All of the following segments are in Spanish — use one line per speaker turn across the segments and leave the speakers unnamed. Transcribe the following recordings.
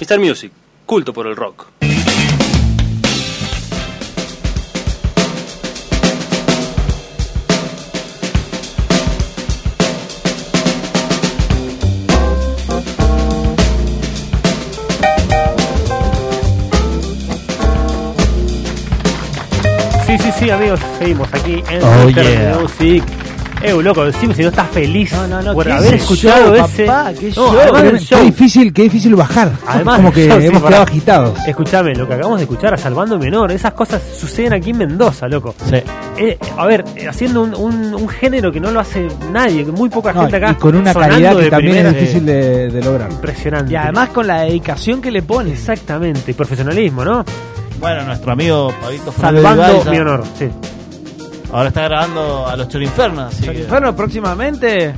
Star Music, culto por el rock.
Sí, sí, sí, amigos, seguimos aquí en
Oh,
Star
yeah.
Music. Eh, loco, decime si no estás feliz
No, no, no,
por
¿qué
haber
es
escuchado
show,
ese.
papá? ¿Qué
no,
show?
además
Qué
del show.
difícil, qué difícil bajar.
Además
como
del
que
show, sí,
hemos
pará.
quedado agitados.
Escuchame, lo que acabamos de escuchar a Salvando Menor, esas cosas suceden aquí en Mendoza, loco.
Sí.
Eh, a ver, eh, haciendo un, un- un género que no lo hace nadie, que muy poca
No,
gente acá.
y con una
sonando
calidad que
de
también
primera,
es difícil
eh,
de, de lograr.
impresionante.
Y además con la dedicación que le pones.
Exactamente, y profesionalismo, ¿no?
Bueno, nuestro amigo Pavito Fernández
Salvando
Baiza
mi honor, sí.
Ahora está grabando a los Chorinfernas. así que-
Inferno próximamente.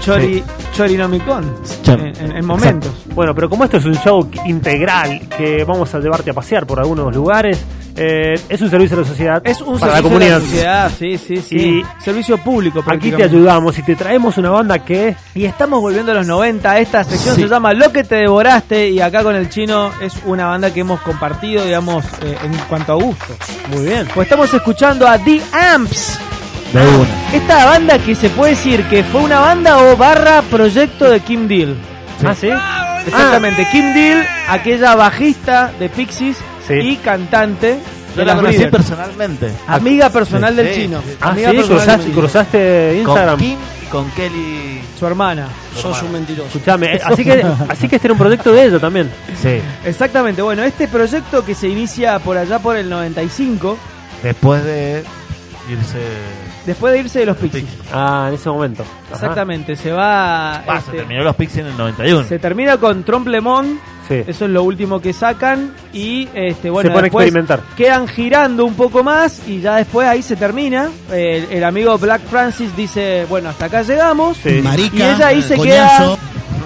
Chori, Chorinomicon.
Cha-
En, en- en momentos.
Bueno, pero como esto es un show integral que vamos a llevarte a pasear por algunos lugares, eh, es un servicio a la sociedad,
Es un
para la
servicio
comunidad.
de la sociedad, sí, sí, sí. servicio público.
Aquí te
prácticamente.
ayudamos y te traemos una banda que
Y estamos volviendo a los 90. Esta sección se llama Lo que te devoraste. Y acá con el chino es una banda que hemos compartido, digamos, eh, en cuanto a gusto.
muy bien.
Pues estamos escuchando a The Amps.
De una.
Esta banda que se puede decir que fue una banda o barra proyecto de Kim Deal.
¿Ah, sí?
Exactamente, Kim Deal, aquella bajista de Pixies
Sí.
y cantante
Yo
de
la
las
conocí
Breeders.
personalmente.
Amiga personal del
Sí,
chino.
sí, sí.
Ah,
Amiga
sí,
personal
cruzaste,
del
cruzaste
Con
Instagram.
Kim y con Kelly.
Su hermana.
Sos un mentiroso.
Escuchame, eh, así que, así que este era un proyecto de ella también.
Sí.
Exactamente, bueno, este proyecto que se inicia por allá por el 95,
Después de irse.
después de irse de los Pixies.
Pixies.
Ah, en ese momento. Ajá.
Exactamente, se va.
Ah,
este,
se terminó los Pixies en el 91.
se termina con Tromplemont,
Sí.
eso es lo último que sacan. Y este, bueno,
se pone a
después
experimentar.
quedan girando un poco más y ya después ahí se termina. El, el amigo Black Francis dice, bueno, hasta acá llegamos.
Sí.
Marica,
Y ella ahí se
coñazo.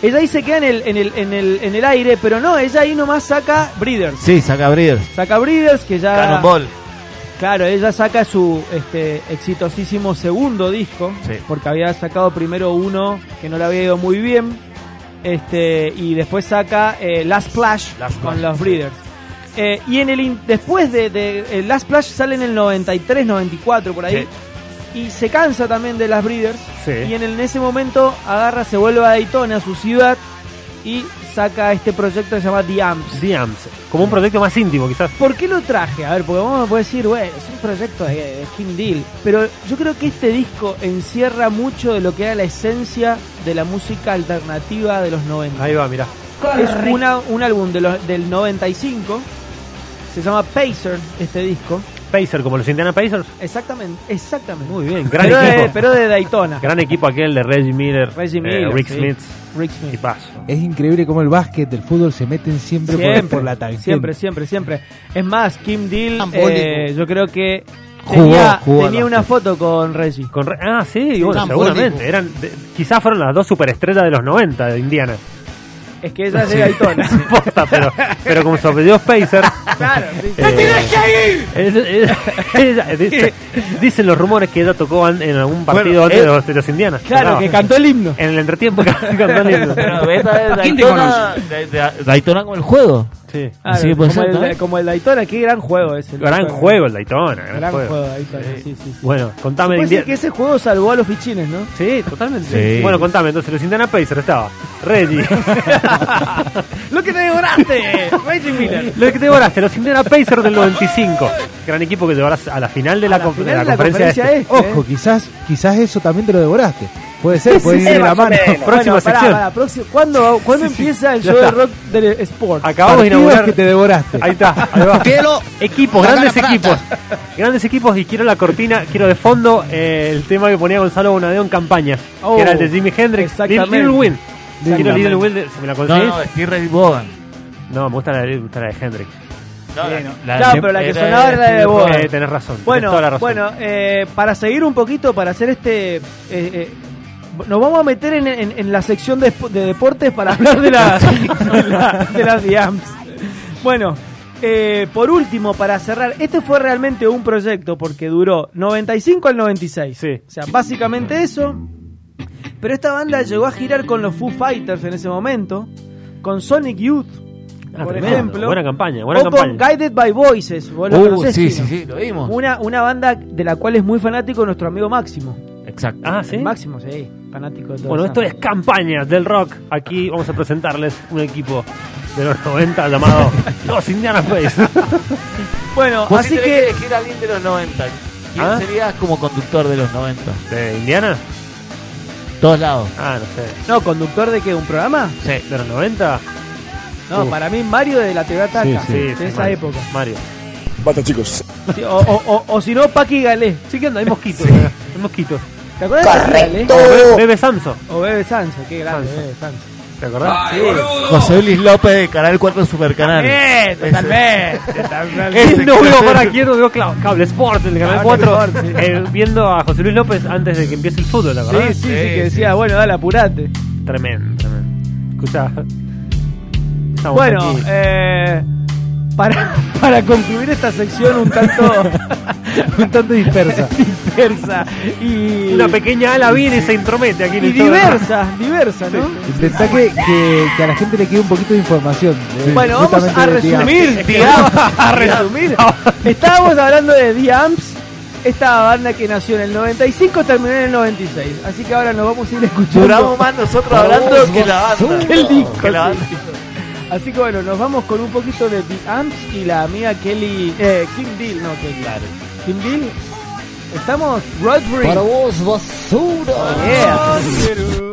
Ella ahí se queda en el, en el, en el, en el aire, pero no, ella ahí nomás saca Breeders.
Sí, saca Breeders.
Saca Breeders, que ya...
Cannonball.
Claro, ella saca su este, exitosísimo segundo disco,
Sí.
porque había sacado primero uno que no le había ido muy bien, este, y después saca eh, Last Flash
Last
con
Flash,
los
sí.
Breeders. Eh, y en el in- después de, de- eh, Last Flash sale en el 93, 94 por ahí, y se cansa también de las Breeders,
Sí.
y en, el- en ese momento agarra, se vuelve a Daytona, a su ciudad, y saca este proyecto que se llama The Amps.
Diams, como un proyecto más íntimo quizás.
¿Por qué lo traje? A ver, porque vos me podés decir, bueno, es un proyecto de, de Kim Deal. Pero yo creo que este disco encierra mucho de lo que era la esencia de la música alternativa de los 90.
Ahí va, mirá.
Es una- un álbum de los- del 95. Se llama Pacer, este disco.
Pacer, como los Indiana Pacers.
Exactamente, exactamente.
Muy bien, gran
pero,
equipo.
de, pero de Daytona.
Gran equipo aquel de Reggie Miller,
Reggie
eh,
Miller,
Rick
sí.
Smith
Rick
y
Smith.
Paz.
Es increíble cómo el básquet, el fútbol se meten siempre, por-
Siempre,
por, la tangente.
siempre, siempre, siempre. Es más, Kim Deal,
Tambólico.
eh, yo creo que
Jugó,
tenía,
jugó al
tenía una foto con Reggie.
Con Re- ah, sí, bueno,
tan
seguramente.
bólico.
Eran, de- quizás fueron las dos superestrellas de los 90 de Indiana.
Es que ella es de Daytona.
No importa, pero, pero como su apellido es Pacer.
Claro, sí, sí.
eh, es- es- ella- dice- dicen los rumores que ella tocó an- en algún partido
Bueno,
antes de
eh,
los, de los Indianas.
Claro,
Tocaba.
que cantó el himno.
En el entretiempo cantó el himno.
Pero esta es
¿Quién te
Daytona, de- de- Daytona como el juego.
¿Ah,
Sí.
Claro,
Así que puede
como,
ser,
el,
¿no?
como el Daytona, qué gran juego ese.
Gran
Daytona.
juego el Daytona, gran,
Gran
juego.
juego, Daytona, sí, sí. sí.
Bueno, contame
Puede
Indiana.
ser que ese juego salvó a los fichines, ¿no?
Sí, totalmente.
Sí.
Bueno, contame, entonces los Indiana Pacers estaba Reggie.
¡Lo que te devoraste! Reggie Miller.
Lo que te devoraste, los Indiana Pacers del 95. Gran equipo que llevarás a la final de la,
la
conf- de
final
la
de la
conferencia.
conferencia
este.
este.
Ojo, quizás, quizás eso también te lo devoraste. Puede ser, puede ir de la mano.
Próxima
Bueno, pará,
sección.
pará, próximo- ¿Cuándo, ¿cuándo empieza el
ya
show de
está.
rock del sport?
Acabamos de
Partidos
inaugurar.
que te devoraste.
Ahí está, ahí va.
Quiero
Equipos,
la
grandes
cara
equipos.
plata.
Grandes equipos y quiero la cortina, quiero de fondo eh, el tema que ponía Gonzalo Bonadeo en campaña,
Oh,
que era el de Jimi Hendrix, Little,
exactamente.
Little Win. Quiero
Exactamente.
Little Win, de- ¿se me la
No,
conseguís?
no, eh. es Steve Ray Vaughan.
No, me gusta la, me gusta la de Hendrix.
No,
Claro, pero la que sonaba era la de Vaughan.
Eh, tenés razón, tenés
Bueno,
toda la razón.
bueno eh, para seguir un poquito, para hacer este... eh, eh, nos vamos a meter en, en- en la sección de, espo- de deportes para hablar de, la- de la- de las DIAMS. Bueno, eh, por último, para cerrar, este fue realmente un proyecto porque duró 95 al 96.
Sí.
O sea, básicamente eso. Pero esta banda llegó a girar con los Foo Fighters en ese momento. con Sonic Youth,
Ah,
por
tremendo.
ejemplo.
Buena campaña, buena
o
campaña.
con Guided by Voices. vos lo
Uh,
conocés,
sí, sí,
Chino.
sí, lo vimos.
Una, una banda de la cual es muy fanático nuestro amigo Máximo.
Exacto.
Ah, ¿sí?
Máximo, sí, fanático de todo
Bueno,
eso.
esto es Campaña del Rock. Aquí vamos a presentarles un equipo de los 90 llamado Los Indiana Space.
Bueno,
Vos
así
si tenés
que.
elegir a alguien de los 90. ¿Quién
¿Ah?
sería como conductor de los 90?
¿De Indiana?
Todos lados.
Ah, no sé.
No, conductor de qué, un programa?
Sí.
¿De los 90?
No,
Uh.
para mí Mario de la TV Ataca,
Sí,
de esa
Mario.
época.
Mario.
Basta, chicos.
Sí, o o, o- o si no, Paqui Galé. Sí que anda, hay mosquitos.
Sí. El mosquito.
¿Te acuerdas de Paqui Galé?
Bebe Samson.
O Bebe Sanso, qué grande
Sanso.
Bebe Sanso.
¿Te acordás?
José Luis López de Canal 4 Supercanal.
Eh,
Ese.
totalmente, totalmente.
Ese.
no veo para izquierda, veo cla- Cable Sport, el canal
Cable
4.
Sport, sí.
eh, viendo a José Luis López antes de que empiece el fútbol, ¿te
Sí, sí,
acordás?
sí, que decía, bueno, dale, apurate.
Tremendo, tremendo. Escuchá. Estamos
Bueno,
aquí.
eh, para, para concluir esta sección un tanto
un tanto dispersa.
dispersa y,
una pequeña ala viene eh, y se intromete aquí en
y
el todo.
diversa, diversa, ¿no?
Intentá que, que, que a la gente le quede un poquito de información. eh,
Bueno, vamos a
justamente de-
resumir, digamos, a resumir. Estábamos hablando de The Amps, esta banda que nació en el 95, terminó en el 96. Así que ahora nos vamos a ir escuchando.
Duramos más nosotros hablando que la banda.
que el disco,
Que la
sí.
banda.
Así que bueno, nos vamos con un poquito de The Amps y la amiga Kelly. Eh, Kim Deal, no Kelly. Kim Deal. Estamos. Rodbury.
vos, basura.
Yeah.